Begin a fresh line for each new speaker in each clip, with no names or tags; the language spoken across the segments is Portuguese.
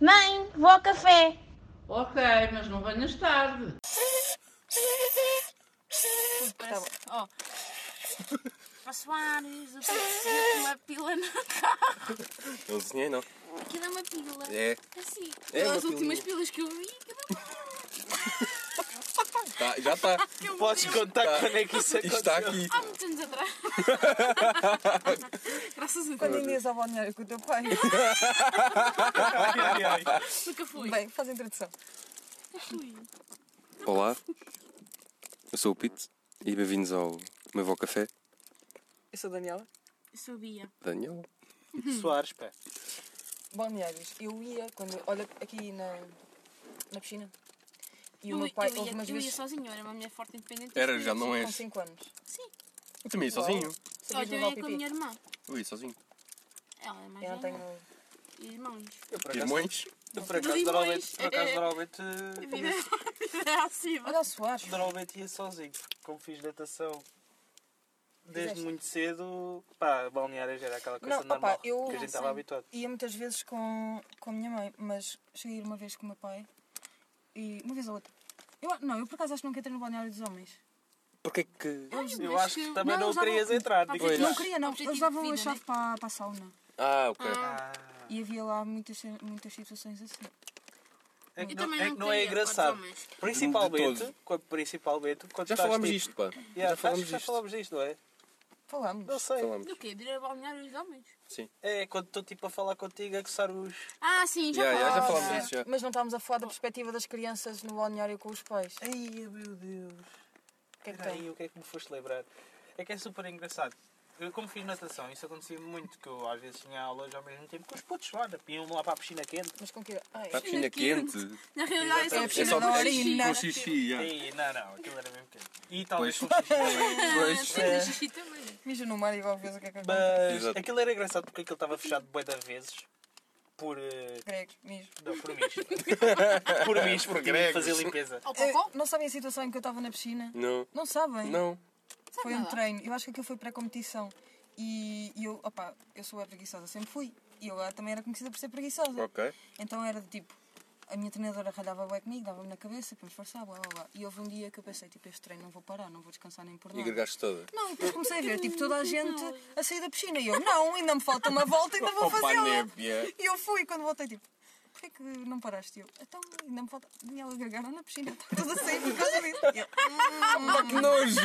Mãe, vou ao café.
Ok, mas não venhas tarde.
Parece, oh. Passo anos, eu tenho é uma pila na cara.
Não desenhei, não.
Aquilo é uma pila.
É.
Assim.
É uma
as
pila.
últimas pilas que eu vi, aquilo é uma
Tá, já está.
pila.
Podes contar
Tá.
quando é que isso
Isto está
aconteceu?
aqui.
Há muitos anos atrás. Graças a
Quando a
Deus.
Inês ao balneário com o teu pai.
Ai, ai, ai.
Nunca fui.
Bem, faz a introdução.
Fui.
Olá, eu sou o Pete e bem-vindos ao Meu Vó Café.
Eu sou a Daniela.
Eu sou a Bia.
Daniel.
Soares, pá.
Balneários. Eu ia quando. Olha, aqui na, na piscina. E o
Eu,
meu pai,
eu, ia,
houve umas
eu ia
vezes
sozinha, eu era uma mulher forte e independente.
Era, já não
com
és.
5 anos.
Sim.
Eu também ia sozinho.
Só
Sabias
eu
levar o
ia com a minha
pipi?
irmã.
Eu ia sozinho.
Ela é mais
Eu não
velha.
tenho.
E irmãos.
Eu por acaso,
Irmãos.
eu, por acaso
Limões.
normalmente, por acaso,
É.
normalmente,
A
eh,
vida é acima.
Olha o Soares.
normalmente ia sozinho, porque como fiz natação desde
Fizeste?
muito cedo, pá, balneárias era aquela coisa
Não,
normal
opá, eu-
que a gente
não,
estava
sim.
habituado.
Ia muitas vezes com, com a minha mãe, mas cheguei a ir uma vez com o meu pai. E uma vez ou outra. Eu, não, eu por acaso acho que nunca entrei no balneário dos homens.
Porquê que.
Eu acho que também
não,
não,
já
querias
não-
entrar,
Pá,
digo
pois.
já.
Não queria, não.
Objetivo
Eles davam
de
a
vida, né?
chave para, para a sauna.
Ah, ok.
Ah,
E havia lá muitas, muitas situações assim.
é que
Eu
não,
também
é,
não
que não é
queria,
engraçado.
pode ser, mas-
De todo.
Principalmente, quando, principalmente quando
Já
estás,
falámos
tipo,
disto, pá.
yeah,
já falámos
acho que já
disto.
falámos disto, não é?
Falámos.
Não sei.
Falámos.
né? Do quê? De ir ao balneário os homens?
Sim.
É quando estou tipo a falar contigo, a coçar os.
Ah, sim, já
Yeah, yeah, já
falaram.
falámos disso já.
Mas não estávamos a falar da perspectiva das crianças no balneário com os pais.
Ai meu Deus!
O que é que
Peraí,
tem?
o que é que me foste lembrar? É que é super engraçado. Eu, como fiz natação, isso acontecia muito, que eu às vezes tinha aulas ao mesmo tempo com os putos lá, iam lá para a piscina quente.
Mas com que. Ai,
Está a piscina quente.
Na realidade, essa
É
piscina
a piscina
não
da
é
urina.
Com xixi, já.
E, não, não, aquilo era mesmo quente. E talvez
Pois.
com xixi também.
Pois.
Sim, da xixi também.
mija no mar e igual vez o que é que acontece.
Mas
Exato.
aquilo era engraçado porque aquilo estava fechado bué de vezes por. eh,
Gregos, mijo.
não, por mim. por mim, porque tinha que
gregos.
fazer limpeza.
Ao
Eh,
cocó?
não sabem a situação em que eu estava na piscina?
Não.
Não sabem?
É. Não.
Foi um
nada.
treino. Eu acho que aquilo foi pré-competição. E e eu, opá, eu sou a preguiçosa, sempre fui. E eu ah, também era conhecida por ser preguiçosa.
Ok.
Então era de tipo, a minha treinadora ralhava bué comigo, dava-me na cabeça para me esforçar, blá blá blá. E houve um dia que eu pensei, tipo, este treino não vou parar, não vou descansar nem por
E
nada.
agregaste toda.
Não, e depois comecei a ver, tipo, toda a gente a sair da piscina. E eu, não, ainda me falta uma volta, ainda vou
Opa,
fazê-la.
népia.
E eu fui, quando voltei, tipo, porquê que não paraste? E eu, então, ainda me falta. Daniela agregaram na piscina, está tudo a sair por causa disso. E eu,
Pá, que nojo!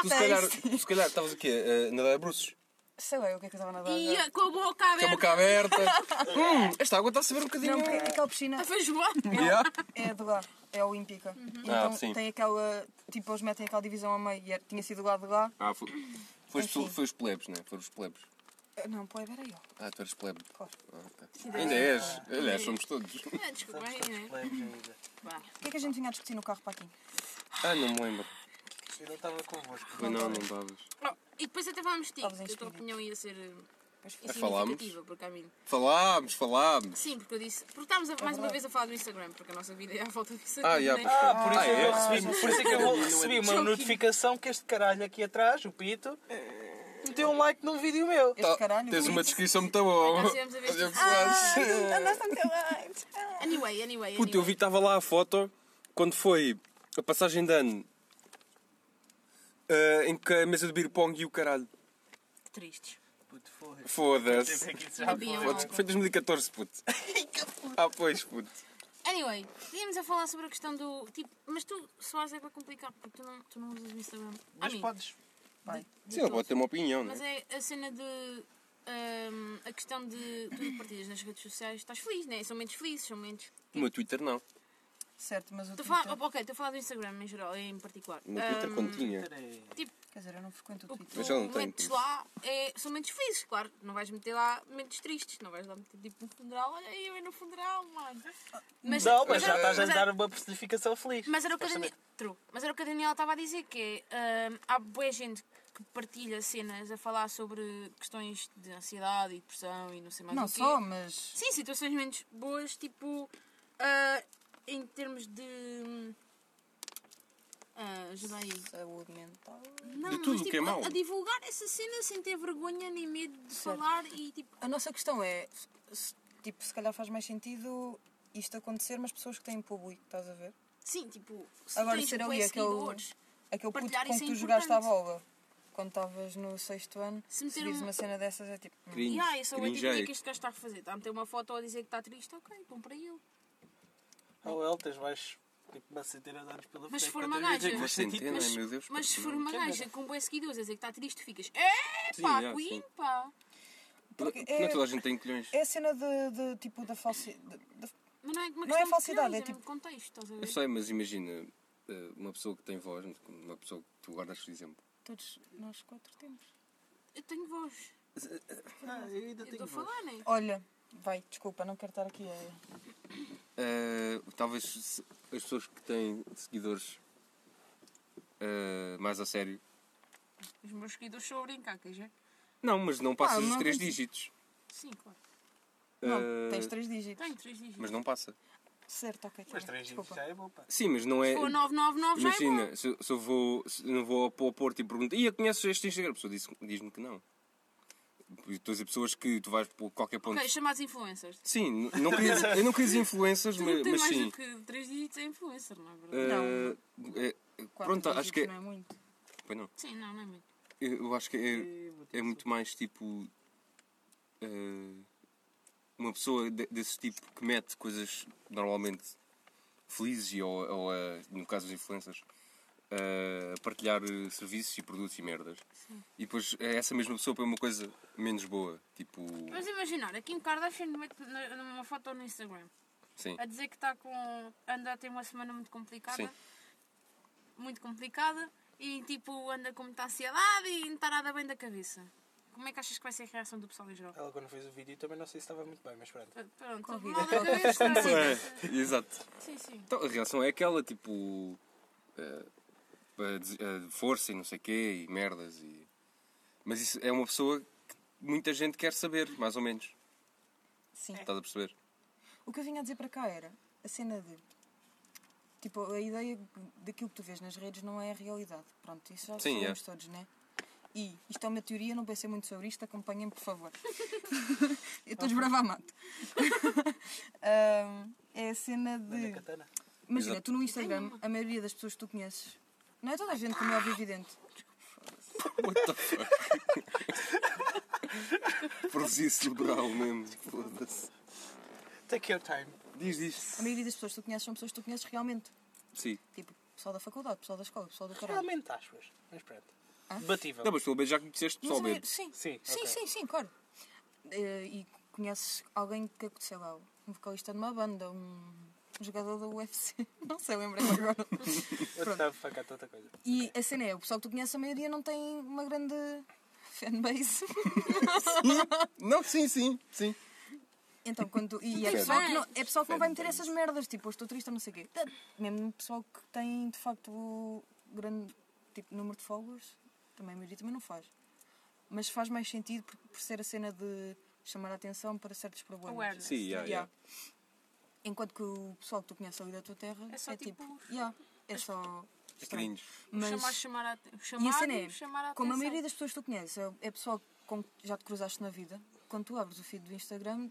tu se calhar, tu se calhar estavas aqui a nadar a bruços.
sei lá, o que é que eu estava a nadar.
E eh, com a boca
Com a
aberta.
boca aberta. hum, esta água está a saber um bocadinho.
Não, porque aquela piscina
A feijoada.
Yeah.
é de lá, é olímpica.
Uhum.
Ah,
Então
sim.
tem aquela. Tipo, eles metem aquela divisão a meio e era- tinha sido do lado de lá.
Ah, foi, foi,
Enfim.
foi os plebes, né? Foram os plebes.
Ah, Não, pô, era eu,
Ah, tu eras plebe.
claro.
Ah, ok. Ainda és. Aliás, somos todos.
Ah, Desculpa,
Estamos todos
é.
leves ainda.
Vá.
O que é que a gente vinha a discutir no carro para aqui?
Ah, não me lembro.
Eu não estava convosco.
Foi não, não davas.
Oh, E depois até falámos de ti,
Estavas
que a tua
inspirado.
opinião ia ser eh,
falámos?
significativa, porque a mim.
Falámos, falámos.
Sim, porque eu disse. Porque estávamos a- mais uma vez a falar do Instagram, porque a nossa vida é à volta do Instagram.
Ah, já,
né?
pois foi.
Por
Ah,
isso, que eu
é?
recebi, por isso é que eu recebi uma notificação que este caralho aqui atrás, o Pito, meteu um like num vídeo meu.
Este caralho.
Tá, Tens uma descrição muito boa.
Nós tivemos a ver-
Olha, falaste.
Andaste a meter likes.
Anyway, anyway.
Puta, eu vi
anyway.
que estava lá a foto quando foi a passagem de ano ah, em que a mesa de beer pong e o caralho.
Tristes.
Puto, foda
Foda-se.
Bebiam
Ah, Foda-se,
álcool.
Foi 2014, puto. Ah, pois, puto.
Anyway, íamos a falar sobre a questão do. Tipo, mas tu, Soares, é para complicar, porque tu não, tu não usas o Instagram.
Mas
a mim,
podes.
Sim, ele pode ter uma opinião,
Mas
né?
é a cena de. hum, a questão de tu partidas nas redes sociais, estás feliz, né? São momentos felizes, são momentos.
No meu Twitter, não.
Certo, mas o
Estou a falar,
Twitter.
opa, oh, ok, estou a falar do Instagram em geral, em particular.
No Twitter,
Hum,
quando tinha.
é,
Quer dizer, eu não frequento o
o que
Twitter.
tu
Mas já não tenho
metes
Twitter.
lá é, são momentos felizes, claro. Não vais meter lá momentos tristes, não vais lá meter tipo um funeral, olha eu ia no funeral, mano. Mas,
Não, mas já
era-
estás a
mas era-
dar uma personificação feliz.
Mas é- era o que a Daniela, True. Mas era o que a Daniela estava a dizer, que é, hum, há boa gente que partilha cenas a falar sobre questões de ansiedade e depressão e não sei mais
Não
o quê.
só, mas.
Sim, situações menos boas, tipo, ah, em termos de... hum, ah, ajuda aí.
Saúde mental.
Não,
tudo
mas,
o que
tipo,
é
a-
mau.
A, divulgar essa cena sem ter vergonha nem medo de
Certo.
falar e tipo...
A nossa questão é. se- Tipo, se calhar faz mais sentido isto acontecer, mas pessoas que têm público, estás a ver?
Sim, tipo, se
Agora,
tens
ser ali
bué
aquele-
seguidores,
Aquele puto
Partilhar
com
isso
que
é
tu jogaste à
importante.
bola quando estavas no sexto ano,
Se
se
meter
vires
um-
uma cena dessas é tipo. hum.
Cringe.
E ah, isso é o tipo, o que é
Cringei.
que este gajo está a fazer? Está a meter uma foto a dizer que está triste? Ok, bom para ele.
Ou ele Oh, tens mais tipo uma centena de anos pela
Mas se
frente.
for
quantas
uma
vezes é que
gaja-
Uma
vais ser tipo
centena,
isso?
ai meu Deus.
Mas se
pá,
for uma
Quem era?
gaja com bué seguidores a dizer que está triste, tu ficas... É
Sim,
pá,
já,
coim,
sim.
pá.
Porque
não, não
é-
toda a gente tem colhões.
É a cena de, de, tipo da falsidade.
Mas não é uma
Não é
questão de
falsidade,
opiniões,
é
é
tipo-
mesmo contexto, estás a ver?
Eu sei, mas imagina eh, uma pessoa que tem voz, uma pessoa que tu guardas por exemplo.
Todos nós quatro temos.
Eu tenho voz.
Ah, eu ainda
Eu estou
tenho
a
voz.
falar, né?
Olha, vai, desculpa, não quero estar aqui a.
Eh, talvez se- as pessoas que têm seguidores eh, mais a sério.
Os meus seguidores são a brincar, queres ver?
Não, mas não passas
Ah,
os
não
três
consigo.
dígitos.
Sim, claro.
Não,
Eh,
tens três dígitos.
Tenho três dígitos.
Mas não passa.
Certo, ok. tá
Mas
bem,
três dias
desculpa.
já é bom, pá.
Sim, mas não é.
Se for 999 já é bom.
Imagina, se, se eu vou, se não vou ao- ao Porto e pergunto, e eu conheço este Instagram? A pessoa diz- diz-me que não. Estou a dizer pessoas que tu vais por qualquer ponto.
Ok, chamados influencers.
Sim, não queria dizer- eu não queria dizer influencers,
Tu
mas,
não tens
mas
mais
sim.
do que três dígitos é influencer, não é verdade?
Eh, eh,
Quatro
pronto, acho que é.
dígitos Não é muito.
Pois não.
Sim, não, não é muito.
Eu eu acho que é,
E vou ter
é
que
muito mais tipo. eh, uma pessoa de- desse tipo que mete coisas normalmente felizes, e, ou, ou eh, no caso dos influencers, eh, a partilhar eh, serviços e produtos e merdas. E depois eh, essa mesma pessoa põe uma coisa menos boa, tipo.
Mas imaginar, a Kim Kardashian mete na- numa foto no Instagram
Sim.
a dizer que está com. anda a ter uma semana muito complicada.
Sim.
Muito complicada e tipo anda com muita ansiedade e não está nada bem da cabeça. Como é que achas que vai ser a reação do pessoal em geral?
Ela quando fez o vídeo também não sei se estava muito bem, mas pronto.
P- Pronto,
Covid.
mal da cabeça.
É, exato.
Sim, sim.
Então, a reação é aquela, tipo. eh, eh, des- eh, força e não sei quê, e merdas. E... Mas isso é uma pessoa que muita gente quer saber, mais ou menos.
Sim.
É.
Estás a perceber?
O que eu vinha a dizer para cá era a cena de. Tipo, a ideia daquilo que tu vês nas redes não é a realidade. Pronto, isso já
Sim, é.
sabemos todos, né? E isto é uma teoria, não pensei muito sobre isto, acompanhem-me, por favor. eu estou desbrava a mato. Ahm, é a cena
Não é
de.
na katana.
Imagina,
Exato.
tu no Instagram, a maioria das pessoas que tu conheces. Não é toda a gente, como é óbvio e evidente.
What the fuck? Prosia cerebral mesmo, foda-se.
Take your time.
Diz, diz.
A maioria das pessoas que tu conheces são pessoas que tu conheces realmente.
Sim.
Tipo, pessoal da faculdade, pessoal da escola, pessoal do caralho.
Realmente aspas. Mas pronto.
Ah?
Debatível.
Não, mas pelo menos já conheceste
Mas é- a maioria-
pessoalmente.
Sim,
Sim,
sim, sim,
ok.
sim, claro. Eh, e conheces alguém que, sei lá, um vocalista de uma banda, um jogador da UFC. Não sei, lembrei-me agora.
What the fuck, há tanta coisa.
E a cena é, o pessoal que tu conheces a maioria não tem uma grande fanbase.
Não, sim, sim, sim.
Então, quando tu- e é
Fede.
pessoal, que não, é pessoal que não vai
Fede
meter
bem.
essas merdas, tipo, eu estou triste, ou não sei o quê. Mesmo pessoal que tem, de facto, grande tipo, número de followers, também a maioria também não faz. Mas faz mais sentido por, por ser a cena de chamar a atenção para certos problemas.
Awareness.
Sim, yeah, yeah.
Yeah. Enquanto que o pessoal que tu conheces ali da tua terra
É só tipo os-
yeah, é só. estranho.
Cringe.
Chamar,
Mas,
chamar a,
e a
chamar,
cena é,
chamar a
como a
atenção.
maioria das pessoas que tu conheces é, é pessoal com que já te cruzaste na vida, quando tu abres o feed do Instagram,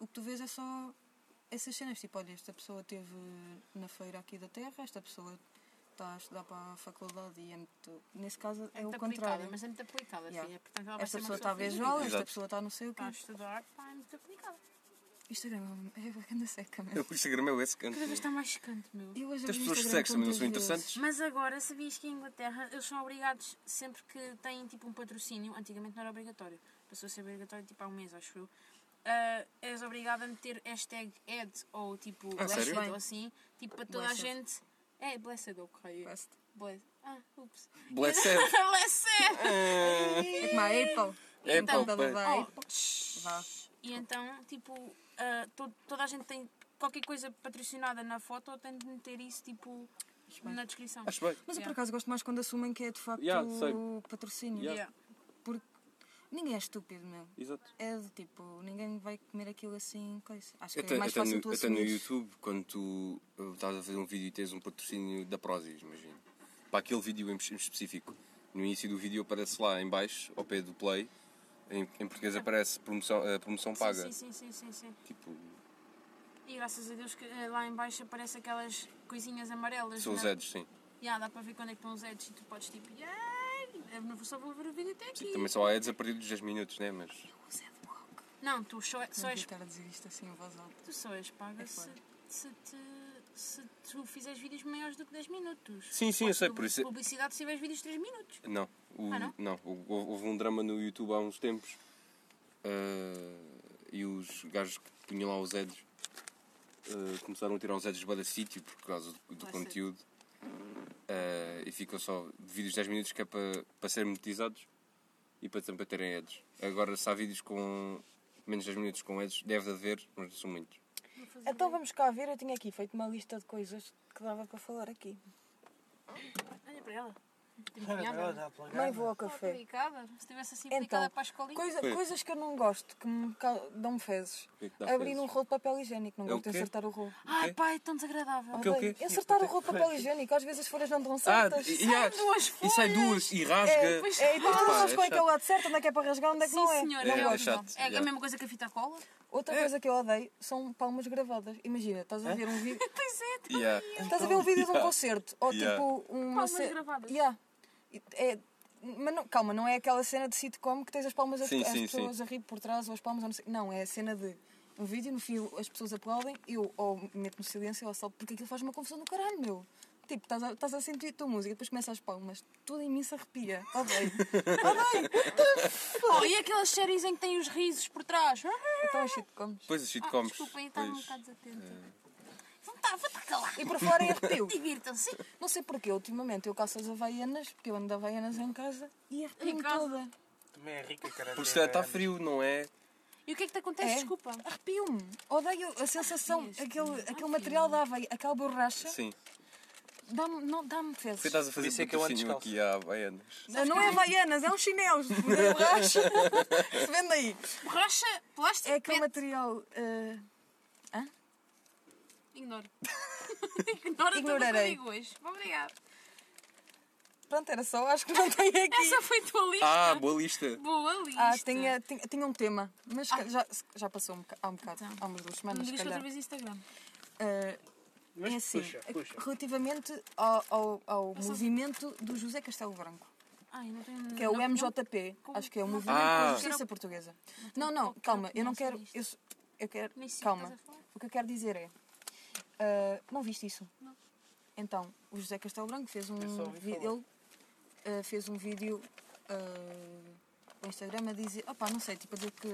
o que tu vês é só essas cenas, tipo, olha, esta pessoa esteve na feira aqui da terra, esta pessoa está a estudar para a faculdade e é muito... Nesse caso
É
é, o
muito aplicada,
contrário.
mas é muito aplicada,
Yeah.
filha. Portanto, ela vai
Esta
ser uma
pessoa está a ver
feliz.
jola, esta
Exato.
pessoa está a não sei o quê.
Está a estudar, está muito aplicada.
Instagram é uma- é uma grande seca mesmo.
O Instagram é o esse canto.
Cada vez está mais chicante, meu.
Eu hoje
As
abri o
pessoas
Instagram
sexy também não
quantas
são
vezes?
interessantes?
Mas agora, sabias que em Inglaterra eles são obrigados, sempre que têm tipo um patrocínio, antigamente não era obrigatório, passou a ser obrigatório tipo há um mês, acho eu, ah, és obrigado a meter hashtag ad ou tipo
Ah,
blessed
sério?
ou assim, tipo para toda a
Blessed.
gente. É, blessed, ok.
Basta.
Blessed. Ah, ups.
Blessed.
blessed!
É como a Apple.
Então,
Apple Pay.
Vai.
Oh, tsh. E então, tipo, ah, to- toda a gente tem qualquer coisa patrocinada na foto ou tem de meter isso, tipo, na descrição.
Acho bem.
Mas eu por
Yeah.
acaso gosto mais quando assumem que é de facto
Yeah, sei.
o patrocínio.
Yeah.
Yeah.
Porque ninguém é estúpido, meu.
Exato.
É de tipo, ninguém vai comer aquilo assim, coisa. Acho que
Até,
é mais
até
fácil
no,
tu
até no
assumires.
YouTube, quando tu uh, estás a fazer um vídeo e tens um patrocínio da Prozis, imagina. Para aquele vídeo em em específico. No início do vídeo aparece lá em baixo, ao pé do play, Em, em português aparece promoção, eh, promoção paga.
Sim, sim, sim, sim, sim.
Tipo,
E graças a Deus que eh, lá em baixo aparecem aquelas coisinhas amarelas.
são os
não é?
ads, sim.
Ya, dá para ver quando é que estão os ads e tu podes tipo, "Ai, eu não vou só vou ver o vídeo até aqui.
Sim, também só há ads a partir dos 10 minutos, né? Mas
Não, tu só, só
Só
és,
estar a dizer isto assim em voz alta.
tu só és paga
É
se,
claro.
se, te, se tu fizeres vídeos maiores do que 10 minutos.
Sim, sim, eu
Podes
sei,
publi-
por isso- é-
Publicidade se tiveres vídeos de 3 minutos.
não. O,
Ah, não?
Hou- Houve um drama no YouTube há uns tempos eh, e os gajos que tinham lá os ads eh, começaram a tirar os ads de bada sítio por causa do, do
Vai ser.
conteúdo Eh, e ficam só vídeos de 10 minutos que é para para serem monetizados e para também terem ads. Agora, se há vídeos com menos de 10 minutos com ads, deve haver, mas não são muitos.
Então vamos cá ver, eu tinha aqui feito uma lista de coisas que dava para falar aqui.
Olha para ela.
Ela
Obrigada.
já plagada.
Mãe, vou ao café.
Aplicada. Se tivesse assim aplicada
Então,
para a escolinha.
Coisa-
Sim.
coisas que eu não gosto, que me ca- dão fezes.
O que é que dá
Abrir
fezes?
um rolo de papel higiênico, não
É o
gosto de
quê?
acertar o rolo.
Ai, pai, é tão desagradável.
quê, o
Odeio.
quê? Ah,
Acertar o rolo de papel higiênico, às vezes as folhas não dão certas.
e- e há-
duas
E sai
folhas.
duas e rasga.
É, pois é, e depois tu não
Pá,
sabes
é
qual é que é o
chato.
lado certo, onde é que é para rasgar, onde é que
Sim,
não é.
senhora.
Não
É,
gosto.
horrível.
Chato,
é,
já.
a mesma coisa que a fita cola.
É.
Outra coisa que eu odeio são palmas gravadas. Imagina, estás a ver um vídeo,
Pois é, tu-
Yeah.
estás a ver um vídeo de um
Yeah.
concerto ou
Yeah.
tipo uma
Palmas
ce-
gravadas.
Yeah. E- É, mas não, calma, não é aquela cena de sitcom que tens as palmas a-
Sim,
as
sim,
pessoas a rir por trás ou as palmas a não sei. Não, é a cena de um vídeo no fim as pessoas aplaudem, eu ou meto no silêncio ou salto porque aquilo faz uma confusão do caralho, meu. Tipo, estás a, estás a sentir a tua música, depois começa as palmas, tudo em mim se arrepia. Odeio.
Oh, e aquelas séries em que tem os risos por trás.
Então é sitcoms.
Depois os
Ah,
sitcoms.
desculpem, estava um
Pois.
bocado desatenta. Vou estar, vou estar calado.
E por fora é arrepio.
Divirtam-se.
Não sei porquê, ultimamente eu calço as havaianas, porque eu ando de havaianas em casa e
Em
arrepio-me
casa?
toda.
Também é rica, cara.
Porque está frio, não é?
E o que é que te acontece?
É.
Desculpa.
Arrepio-me. Odeio a sensação,
Arrepias-te.
aquele, aquele material da havaiana, aquela borracha,
Sim.
dá-me não, dá-me
Porque
fezes.
estás a fazer
Por isso é que eu ando
patrocínio aqui há baianas.
Não, não é havaianas, é uns chinelos de borracha. Se vende aí.
Borracha, plástico,
É
pet.
aquele material. eh,
Ignoro. Ignoro tudo o que eu
Ignorarei.
digo hoje. Obrigada.
pronto, era só, acho que não tem aqui.
Essa foi a tua lista.
Ah, boa lista!
Boa lista.
Ah, tinha, tinha, tinha um tema, mas
Ah.
já, já passou um boca- há um bocado,
Então.
há umas duas
Não me
semanas, se
digas que outra
calhar.
vez Instagram.
Eh,
Mas
é assim,
puxa, puxa.
relativamente ao, ao, ao
Passa-
movimento do José Castelo Branco,
Ai, não tenho...
que é o
não- não-
MJP,
como-
acho que é o
não-
movimento
Ah.
da justiça portuguesa. Não, não, calma, eu não quero. Eu, sou- eu quero.
Nem sei o que
Calma.
estás a falar.
O que eu quero dizer é. ah, não viste isso? Então, o José Castelo Branco fez um
Eu só ouvi
vídeo. Ele ah, fez um vídeo ah, no Instagram a dizer. Opá, não sei, tipo a dizer que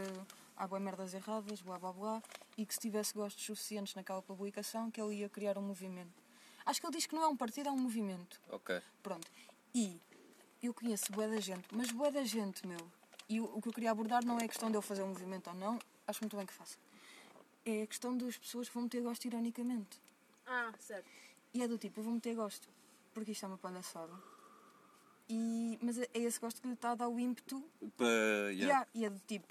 há boas merdas erradas, blá blá blá, e que se tivesse gostos suficientes naquela publicação que ele ia criar um movimento. Acho que ele diz que não é um partido, é um movimento.
Ok.
Pronto. E eu conheço bué da gente, mas bué da gente, meu. E o, o que eu queria abordar não é a questão de eu fazer um movimento ou não, acho muito bem que faça. É a questão das pessoas que vão meter gosto ironicamente.
Ah, certo.
E é do tipo, eu vou meter gosto, porque isto é uma palhaçada. E, mas é é esse gosto que lhe está a dar o ímpeto.
Pa-
E
yeah.
há- E é do tipo,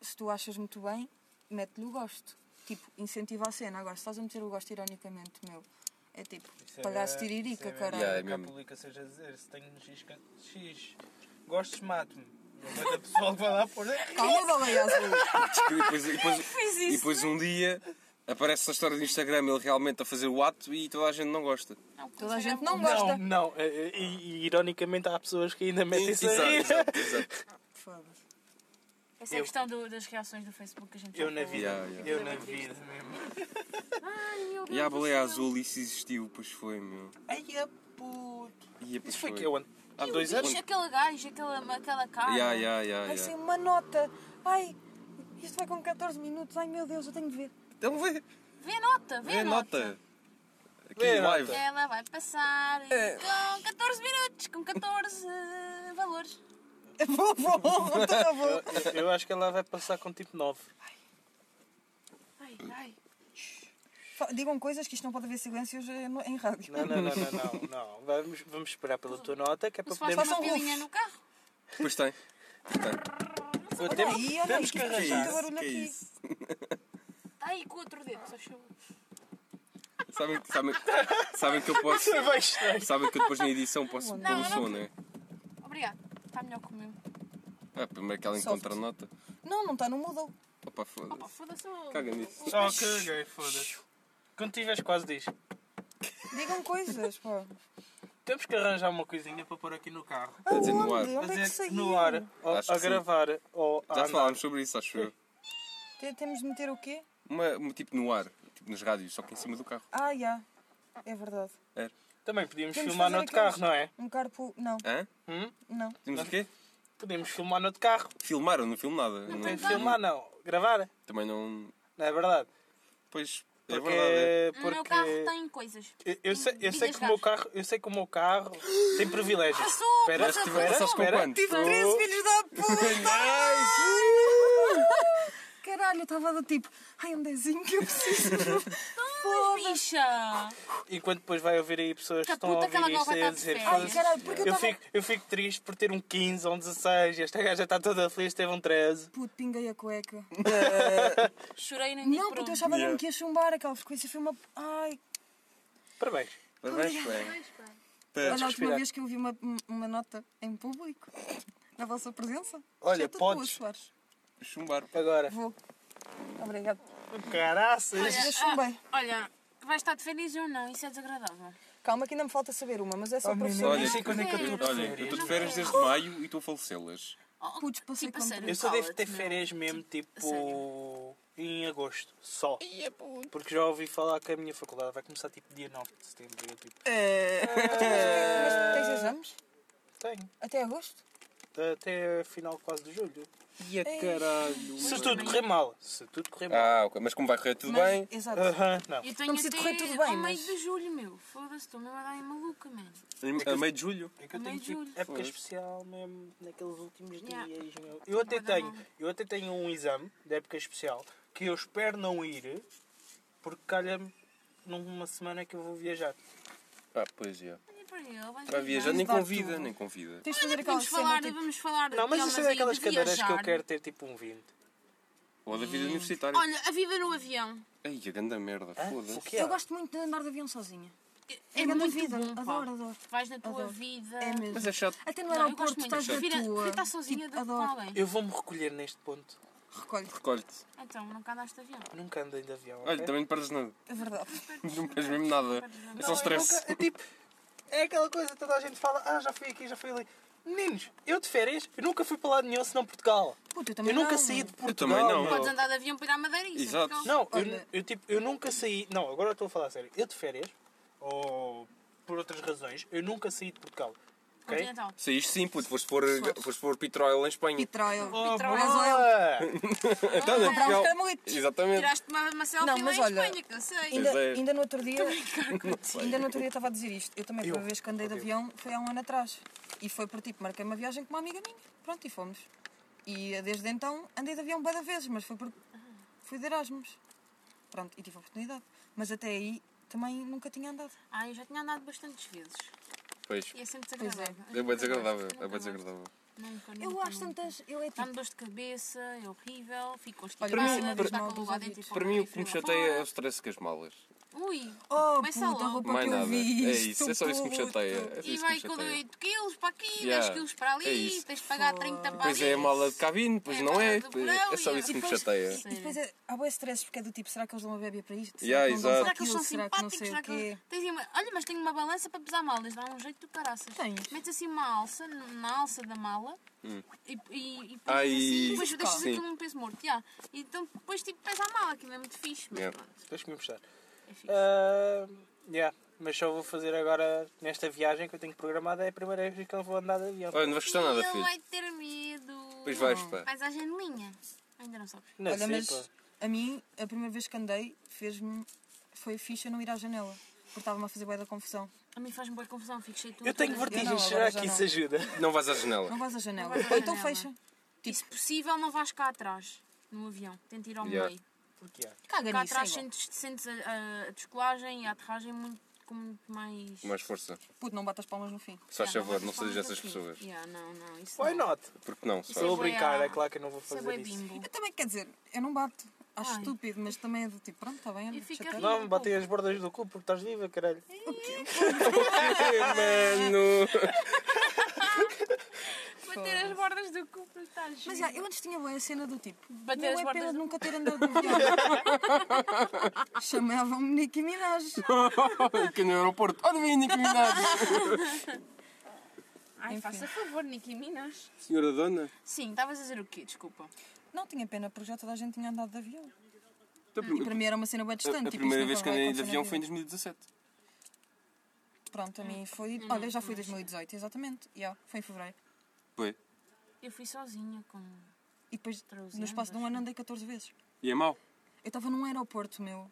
se tu achas muito bem, mete-lhe o gosto. Tipo, incentiva a cena. Agora, se estás a meter o gosto ironicamente, meu, é tipo,
Isso é-
palhaço
isso é
tiririca,
mesmo
caralho.
Yeah, é
o que a
mesmo.
publicações a dizer, se tenho X, can- X gostos, mato-me. Não vai ter pessoal que vai lá pôr.
Calma, baleia azul.
E depois, e depois- e depois um dia aparece na história do Instagram ele realmente a fazer o ato e toda a gente não gosta.
Toda a gente não
Não,
gosta.
não. é, é, E, e, ironicamente há pessoas que ainda metem isso
Exato,
aí.
exato, exato.
Foda-se.
Essa é a
Eu-
questão do- das reações do Facebook que a gente já
Eu na
falou.
vida.
Yeah, yeah.
Eu na vida mesmo.
Ai, meu Deus
E a
do
baleia
céu.
azul, isso existiu, pois foi, meu.
Ai, a puto.
E a
Isso foi que eu ando. Há
E o
dois
bicho,
anos?
Aquele gajo, aquela, aquela cara.
Yeah, yeah, yeah,
Vai
yeah.
ser uma nota. Ai, isto vai com 14 minutos. Ai meu Deus, eu tenho de ver.
Então vê,
Vê a nota, vê,
vê
a
a
nota.
nota. Aqui
Vê a
live.
Ela vai passar com 14 minutos, com 14 valores.
Vou, vou, vou, então eu vou.
Eu- Eu acho que ela vai passar com tipo 9.
Ai, ai.
Fa- Digam coisas que isto não pode haver silêncios eh, no- em rádio.
Não, não, não, não, não. não. Vamos, vamos esperar pela tua nota, que é para
Não se faz uma
podermos.
Façam
pilinha no
rufos.
carro.
Pois tem. Pois tem.
Pô,
Olha
temos-
aí, olha aí,
Temos
que
que
fixe.
arranjar.
Muito barulho
Que é
aqui.
isso?
Está aí com o outro dedo, só chegou.
Sabem, sabem, sabem que eu posso.
Vai estranho.
Sabem que eu depois na edição posso pôr
Não,
o né?
não.
som, não é?
Obrigado. Está melhor que o meu.
Ah, primeiro que ela
Só
encontra a nota.
Não, não está no Moodle.
Opa,
Opa,
foda-se.
foda-se. eu-
Caga nisso.
Só caguei, foda-se. Quando tiveres quase diz.
Digam coisas, pá.
Temos que arranjar uma coisinha para pôr aqui no carro.
Quer dizer, no ar.
Aonde? Onde é que
Fazer
saiu?
no ar, ou
Acho
a
que sim.
gravar, ou a
Já
andar.
falámos sobre isso, acho eu.
Te- Temos de meter o quê?
Uma, uma tipo no ar, tipo nas rádios, só que em cima do carro.
Ah, já. É verdade.
Também podíamos
Temos de
filmar
fazer
noutro
aqueles-
carro, não é?
Um carpool. Não,
Hã?
Hum?
não.
Temos o quê?
Podíamos filmar noutro carro.
Filmaram, não é filmo nada.
Não tem de filmar, não. Gravar,
Também não.
não é verdade?
Pois, é
Porque.
verdade. é.
porque...
O meu carro tem coisas.
Eu- Eu sei, eu,
Diz
sei
as
que o meu
gajas.
carro, eu sei que o meu carro tem privilégios.
Passou,
Espera,
passou,
espera,
passaste com
espera.
quantos?
Tive 13 filhos da puta! Caralho, eu estava do tipo, ai, um dezinho que eu preciso.
Mas, bicha!
Enquanto depois vai ouvir aí pessoas
Que
que
a
estão a
puta
ouvir
que ela
isto
nova
aí
tá
a
de
dizer
férias.
Ai,
"Foda-se,
caralho, porque eu
eu
estava.
fico, eu fico triste por ter um 15 ou um 16 e esta gaja está toda feliz, teve um 13.
Puto, pinguei a cueca.
Chorei no
Não, puto, eu achava
Yeah.
mesmo que ia chumbar aquela frequência. Foi uma. Ai,
Parabéns.
Parabéns, bem.
Olha, a última
respirar.
vez que eu vi uma, uma nota em público, na vossa presença.
Olha,
exceto a tua,
podes.
Soares.
é. Chumbar.
Agora.
Vou. Obrigado.
Caraças.
Mas eu chumbei.
Olha, vais estar de férias ou não? Isso é desagradável.
Calma que ainda me falta saber uma, mas é só
Oh,
para
menino,
professor.
Olha,
sei quando é que eu estou de
Olha, eu estou
férias.
de férias desde maio e estou a falecê-las.
Oh,
Putz, passei
tipo, a
com
sério,
Eu só devo ter
cala-te, meu.
férias mesmo, tipo,
sério.
em agosto, só. Porque já ouvi falar que a minha faculdade vai começar tipo dia 9 de setembro. e Eu tipo,
Mas tens exames?
tenho.
Até agosto?
Até final quase de julho.
E a caralho.
Se tudo correr mal. Se tudo correr mal.
Ah, ok. Mas como vai correr tudo
Mas-
bem?
Exato.
Aham, não.
Eu
Não
tenho
precisa
até
de correr tudo bem,
ao meio
mas-
de julho, meu. Foda-se, estou mesmo a dar em maluca, mano.
Em- A meio de julho.
É que eu
Também
tenho tipo,
julho.
época
Pois.
especial mesmo naqueles últimos
Yeah.
dias. Meu. Eu, até
Vai dar
tenho,
mal.
eu até tenho um exame de época especial que eu espero não ir porque calha-me numa semana que eu vou viajar.
Ah, pois é.
Olha para ele, vais
Para viajar, nem
Vai dar
convida,
tudo.
nem convida.
Tens de fazer
Olha,
aquela
vamos falar,
cena. Tipo,
vamos falar
Não, mas
de
isso é
temas aí,
daquelas
de
cadeiras que eu
viajar.
quero ter tipo um 20.
Ou da vida universitária.
Olha, a vida no avião.
Ai, a grande merda,
Ah,
foda-se.
o que é?
eu gosto muito de andar de avião sozinha.
É,
grande
muito
vida.
bom, pá.
Adoro, adoro.
Vais na tua
Adoro.
vida.
É mesmo.
Mas é chato.
Até no
Não, eu
aeroporto
gosto muito. é
estás na
Prefiro
tua.
prefiro estar sozinha é?
Tipo,
do que com
adoro.
alguém.
Eu vou-me recolher neste ponto.
Recolhe.
Recolhe-te.
Então, nunca andaste de avião.
Nunca andei de avião.
Olha,
ok?
também não perdes nada.
É verdade.
Não perdes mesmo nada. É só
Não, eu
stress.
nunca- é tipo, é aquela coisa, toda a gente fala, ah, já fui aqui, já fui ali. Meninos, eu de férias, eu nunca fui para lado nenhum senão Portugal.
Puta, eu
Eu
também
nunca
não.
saí de Portugal.
também não.
meu.
Podes andar de avião para ir à Madeira isso é
Exato.
porque eu-
Não, eu,
Olha.
eu, tipo, eu nunca saí. Não, agora eu estou a falar a sério. Eu de férias, ou por outras razões, eu nunca saí de Portugal. ok?
Continental.
Saíste sim, puto. Foste pôr, foste pôr Pitroil em Espanha.
Pitroil. um
Oh,
Pitroil.
boa!
Então, não,
Comprar uns
Portugal.
carmelitos.
Exatamente.
Tiraste uma, uma selfie
Não,
lá
mas
em
olha,
Espanha, que eu sei.
Ainda,
Pois é.
ainda no outro dia. ainda no outro dia estava a dizer isto. Eu também, a
Eu.
primeira vez que andei de avião, foi há um ano atrás. E foi por tipo, marquei uma viagem com uma amiga minha. Pronto, e fomos. E desde então andei de avião várias vezes, mas foi por. Fui de Erasmus. Pronto, e tive a oportunidade. Mas até aí também nunca tinha andado.
Ah, eu já tinha andado bastantes vezes.
Pois.
E é sempre
Pois é.
desagradável. Nunca
É bem desagradável. É bem
gosto.
desagradável.
Nunca, nunca,
Eu acho
nunca.
tantas. Eu é
Dá-me
tipo.
dor de cabeça, é horrível, fico
Olha, para mim-
constipada,
para-
está com a luva dentro e
Para mim, o que me chateia é o stress com as malas.
Ui,
Oh,
começa
puta, a
logo.
roupa
Mais
que eu
nada. É
vi.
isso, é só isso que me chateia. É
E
isso que me
vai com
chateia.
8 quilos para aqui,
Yeah,
10 quilos para ali,
é isso.
tens de pagar 30 para
Pois
ali.
é, a mala de cabine, pois
É,
não é.
do verão
É só
e-
isso que me
depois-
chateia.
E depois é, há boa stress porque é do tipo, será que eles dão uma bebê para isto?
Yeah,
que não dão para
exato.
Será que eles são
aquilo? Será que não
simpáticos?
sei
Será
o
que eles...
quê?
Tens uma- Olha, mas tenho uma balança para pesar malas, dá um jeito do caraças.
Tens?
Metes assim uma alça, na alça da mala e, e, e pões
Hum. Ai,
assim, e depois
sim.
deixas
Sim.
aquilo num peso morto. Yeah. E então depois tipo pesa a mala, aquilo é muito fixe. Mas
Yeah.
pronto,
Deixa-me mostrar.
é fixe.
Ah, yeah, mas só vou fazer agora, nesta viagem que eu tenho programada, é a primeira vez que eu vou andar de avião.
Olha, não vais gostar nada,
Ele
filho.
vai ter medo.
Pois vais, pá.
Vais à janelinha. Ainda não sabes.
Não
Olha,
sei,
mas
pá.
a mim, a primeira vez que andei, fez-me. Foi ficha não ir à janela. Porque estava-me a fazer bué da confusão.
A mim faz-me boa confusão, fico cheio de
Eu tenho
tontura.
não,
vertigens,
agora
será
já
que isso
não.
ajuda?
Não vais à janela.
Não vais à janela.
Não vais à
Ou então
janela.
fecha.
E se possível, não vais cá atrás, no avião. Tenta ir ao
Yeah.
meio.
Porque há.
Caga
Cá
nisso.
atrás
é igual.
sentes, sentes a, a- a descolagem e a aterragem muito, com muito mais.
Mais força.
Puto, não batas palmas no fim.
Se faz
Yeah,
favor, não
vais
sejas
para o
essas
fim.
pessoas.
Yeah, não, não, isso
Why
não.
not?
Porque não,
é
Estou a
sabe?
bué
brincar,
a-
é claro que eu não vou
Isso é
fazer
bué
isso.
bimbo.
Eu também, quer dizer, eu não bato. Acho
Ai.
estúpido, mas também é do tipo, pronto, está bem, anda.
Eu fico
chateado.
a
Não, me batei as bordas do cu porque estás viva, caralho.
Mano!
Mas bater as bordas do cu para estar
Mas é, já, eu antes tinha bem a cena do tipo.
Bater as
Não é pena
bordas
de
do
nunca ter andado de avião. Chamavam-me Nicki Minaj.
que no aeroporto. Olha bem, Nicki Minaj.
Ai, faça favor, Nicki Minas.
Senhora Dona.
Sim, estavas a dizer o quê? Desculpa.
Não tinha pena, porque já toda a gente tinha andado de avião.
Então,
E para mim era uma cena bem
a,
distante.
a
tipo,
primeira
isto
vez que
nunca vai
andei de
acontecer na
avião
vida.
foi em 2017.
Pronto, a mim foi. Olha, já foi 2018, exatamente. Yeah, foi em fevereiro.
Foi.
Eu fui sozinha com.
E depois,
Treze
no espaço de um
anos,
ano, andei 14 vezes.
E é mau?
Eu estava num aeroporto, meu,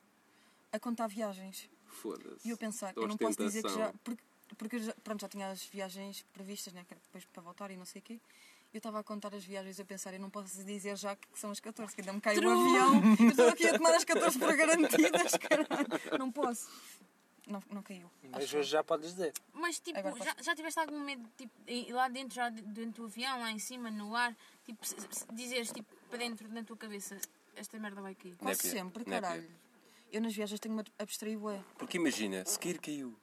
a contar viagens.
Foda-se.
E eu pensar,
Da
eu não posso dizer que já.
ostentação.
Porque, porque eu já, pronto, já tinha as viagens previstas, né? que era Depois para voltar e não sei o quê. Eu estava a contar as viagens a pensar, eu não posso dizer já que são as 14, que ainda me cai o avião. Eu estou aqui a tomar as 14 para garantidas, caralho. Não posso. Não, não caiu.
Mas hoje já podes dizer.
Mas tipo,
Agora
já, já tiveste algum medo, tipo, em- lá dentro, já de- dentro do avião, lá em cima, no ar, tipo, se- se- dizeres, tipo, para dentro, na tua cabeça, esta merda vai cair.
Não é
Quase
pior,
sempre,
não é pior.
caralho. Eu nas viagens tenho-me a abstrair, ué.
Porque imagina, se cair, caiu.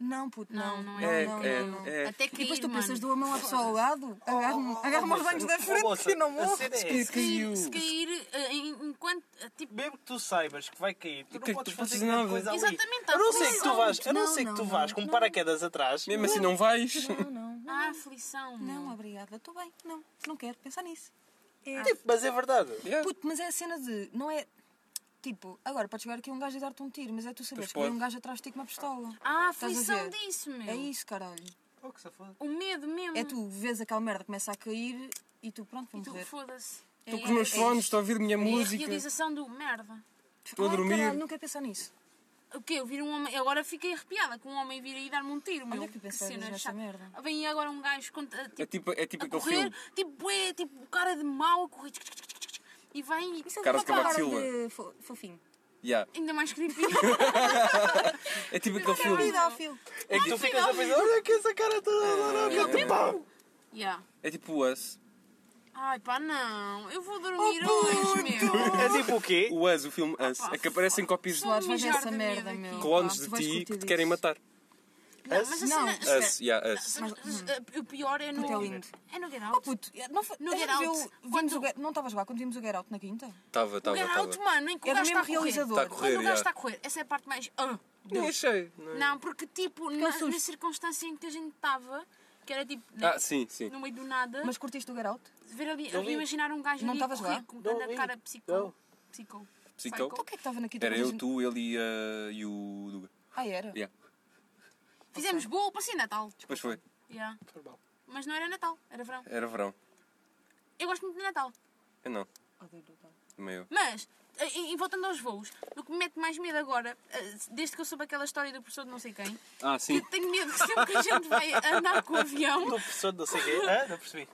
Não, puto, não.
Não, não
é.
Não,
É,
não, não.
é.
Até
E
que
depois tu pensas,
mano.
dou a mão à pessoa ao lado, agarro-me agarro aos bancos da frente
moça,
e não
a
morro. Tipo,
cena é
Se
essa.
caiu.
Hum.
Se cair, eh, em- enquanto, eh, tipo,
Mesmo que tu saibas que vai cair, tu
que é que
não podes
tu podes
fazer grande
nada?
coisa ali.
Exatamente,
a não
tá
ser que tu
tudo
vás, a não
Não,
ser que tu
não,
vás com um paraquedas atrás.
Mesmo assim não vais.
Não, não, não.
a aflição,
Não,
meu.
obrigada, estou bem. Não, não quero pensar nisso.
Tipo, mas é verdade.
Yeah.
Puto, mas é a cena de. Não é. Tipo, agora pode chegar aqui um gajo e dar-te um tiro, mas é tu saberes
Pois
que vem
pode.
um gajo atrás de ti com uma pistola.
A
Estás a
aflição
ver?
disso, meu.
É isso, caralho.
Oh, que safado.
O medo mesmo.
É tu vês aquela merda começa a cair e tu, pronto,
E
vamos
tu,
ver.
foda-se.
Estou
É-
com os meus
é-
fones, estou a ouvir
é
minha
a
música.
realização do merda.
Estou a dormir.
Caralho, não quero pensar nisso.
O quê? Eu vir um homem. Agora fiquei arrepiada que um homem vir aí dar-me um tiro, meu.
Olha que pensavas nessa
chata.
merda.
Vem aí agora um gajo contra,
É
tipo,
tipo, é tipo
a
aquele
correr,
filme.
tipo, é, tipo, cara de mau a correr. tch, tch, tch, tch, tch, E vai e.
Isso é
Cara de
uma
Cavaco
cara
Silva.
de fo- fofinho.
Yeah.
Ainda mais creepy.
É tipo aquele
Quero
filme.
vida, filho.
É que tu ficas a pensar, olha que essa cara toda louca. Pá!
yeah.
É tipo o Us.
Ai pá, não. Eu vou dormir
Oh,
hoje, meu.
É tipo o quê?
O Us, o filme Us. É que aparecem cópias de
Vou
Claro, vais ver
mijar
essa
de
merda,
medo
meu.
aqui.
clones
pá,
de
tu vais
ti
curtir
que te
disso. é.
querem matar.
Não, mas a
Não.
cena. espera,
Us, yeah, Us.
Mas, mas, uh, o pior é no.
hum. Puto, é lindo.
É no Get
Oh,
Out.
puto, não foi,
No
a gente
Get Out,
viu- vimos
quando-
o Get- não estavas lá quando vimos o Get Out na quinta?
Estava,
o
estava,
Get Out,
estava.
mano, em que o
É do
gajo está a
mesmo
correr.
realizador.
Está a correr,
Quando o gajo
yeah.
está a correr, essa é a parte mais. ah,
Não achei.
Não, porque tipo, na,
é um susto.
na circunstância em que a gente estava, que era tipo.
Ah, sim, sim.
No meio do nada,
Mas curtiste o Get Out?
ver ali,
Não
ali
vi.
imaginar um gajo
Não
ali a
estavas
correr
lá?
com
Não
tanta
vi.
cara psico.
Não.
Psico.
Psico?
Então o que é que estava na quinta?
Era
quando a
eu,
gente-
tu, ele e, ah, e o Duga.
Ah, era?
Yeah.
Fizemos bolo para ser Natal.
Pois foi.
Yeah.
Normal.
Mas não era Natal, era verão.
Era verão.
Eu gosto muito de Natal.
Eu não.
Odeio o Get Out.
Também eu.
Mas, eh, e, e voltando aos voos, o que me mete mais medo agora, eh, desde que eu soube aquela história do professor de não sei quem,
Ah, sim.
que tenho medo que sempre que a gente vai andar com o avião,
Tu pessoa de não sei o quê. Hã? Não percebi.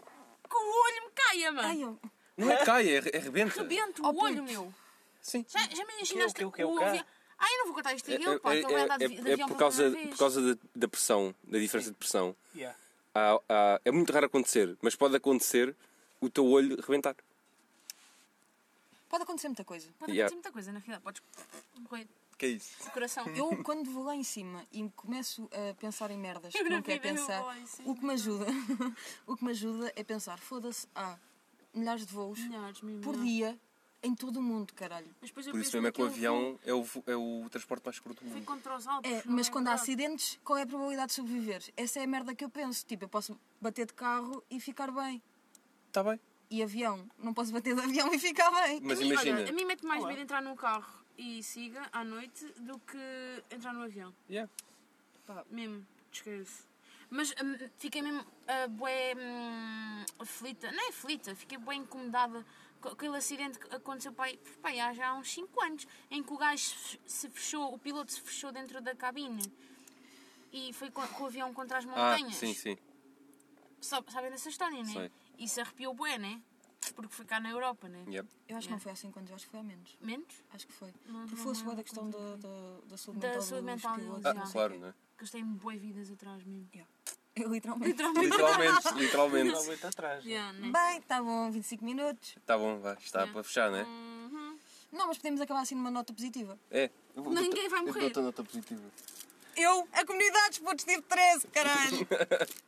que o olho me caia, mano.
Ai, eu...
Não é cai, é, é rebenta.
Rebento
Oh,
o olho,
putz.
meu.
Sim.
Já, já me imaginaste
o quê, o
o
quê?
avião. Ah, eu não vou contar isto a
É,
ele, pá, que ele vai andar de, de
é
avião
por
pela
causa,
primeira
por
vez.
causa da, da pressão, da diferença de pressão.
Yeah.
Há- há- é muito raro acontecer, mas pode acontecer o teu olho rebentar.
Pode acontecer muita coisa.
Pode acontecer
Yeah.
muita coisa na realidade, podes morrer
Que é isso?
de coração.
Eu, quando vou lá em cima e começo a pensar em merdas que
Eu na
não quero
vida não
pensar,
vou lá em cima.
o que me ajuda, o que me ajuda é pensar, foda-se, há milhares de voos
Milhares, mesmo,
por
não.
dia em todo o mundo, caralho.
Mas depois eu
Por isso
penso
mesmo é que o
naquele voo
avião é o, vo- é o transporte mais curto do
que Foi
mundo.
contra os Alpes.
É,
não
mas quando há
verdade?
acidentes, qual é a probabilidade de sobreviver? Essa é a merda que eu penso. Tipo, eu posso bater de carro e ficar bem.
Está bem.
E avião, não posso bater de avião e ficar bem.
Mas
a mim,
imagina.
olha, a mim mete mais medo entrar num carro e siga à noite do que entrar no avião.
Yeah.
Mesmo, esquece. Mas hum, fiquei mesmo ah, bué hum, aflita, não é aflita, fiquei bué incomodada com aquele acidente que aconteceu pai, pai, há já há uns 5 anos, em que o gajo se- se fechou, o piloto se fechou dentro da cabine e foi com, com o avião contra as
Ah,
montanhas.
sim, sim.
Sa- Sabem dessa história, né?
Sei.
Isso arrepiou bué, né? Porque foi cá na Europa, né?
Yeah.
Eu acho que não foi há 5 anos, eu acho que foi há menos.
Menos?
Acho que foi.
Não,
Porque
não
foi-se
é
bué da questão da, da, da saúde
Da
mental
saúde
dos
mental
pilotos,
deles,
não
Ah,
já.
sei
claro,
o quê.
não é?
Que eles têm bué vidas atrás mesmo.
Eu literalmente.
Literalmente.
Literalmente,
Está
literalmente.
muito atrás. né?
Yeah, né?
Bem, tá bom, 25 minutos.
Está bom, vá. Está para fechar, não é?
Uhum.
Não, mas podemos acabar assim numa nota positiva.
É.
Ninguém vai morrer.
dou nota positiva.
Eu, a comunidade de esportes tive 13, caralho.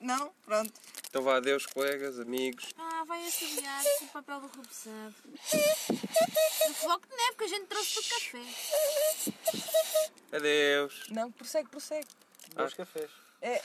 Não? Pronto.
Então vá, adeus, colegas, amigos.
Ah, vai assobiar o papel do represado. O floco de neve que né? a gente trouxe do café.
Adeus.
Não, prossegue, prossegue.
Dois cafés.
É.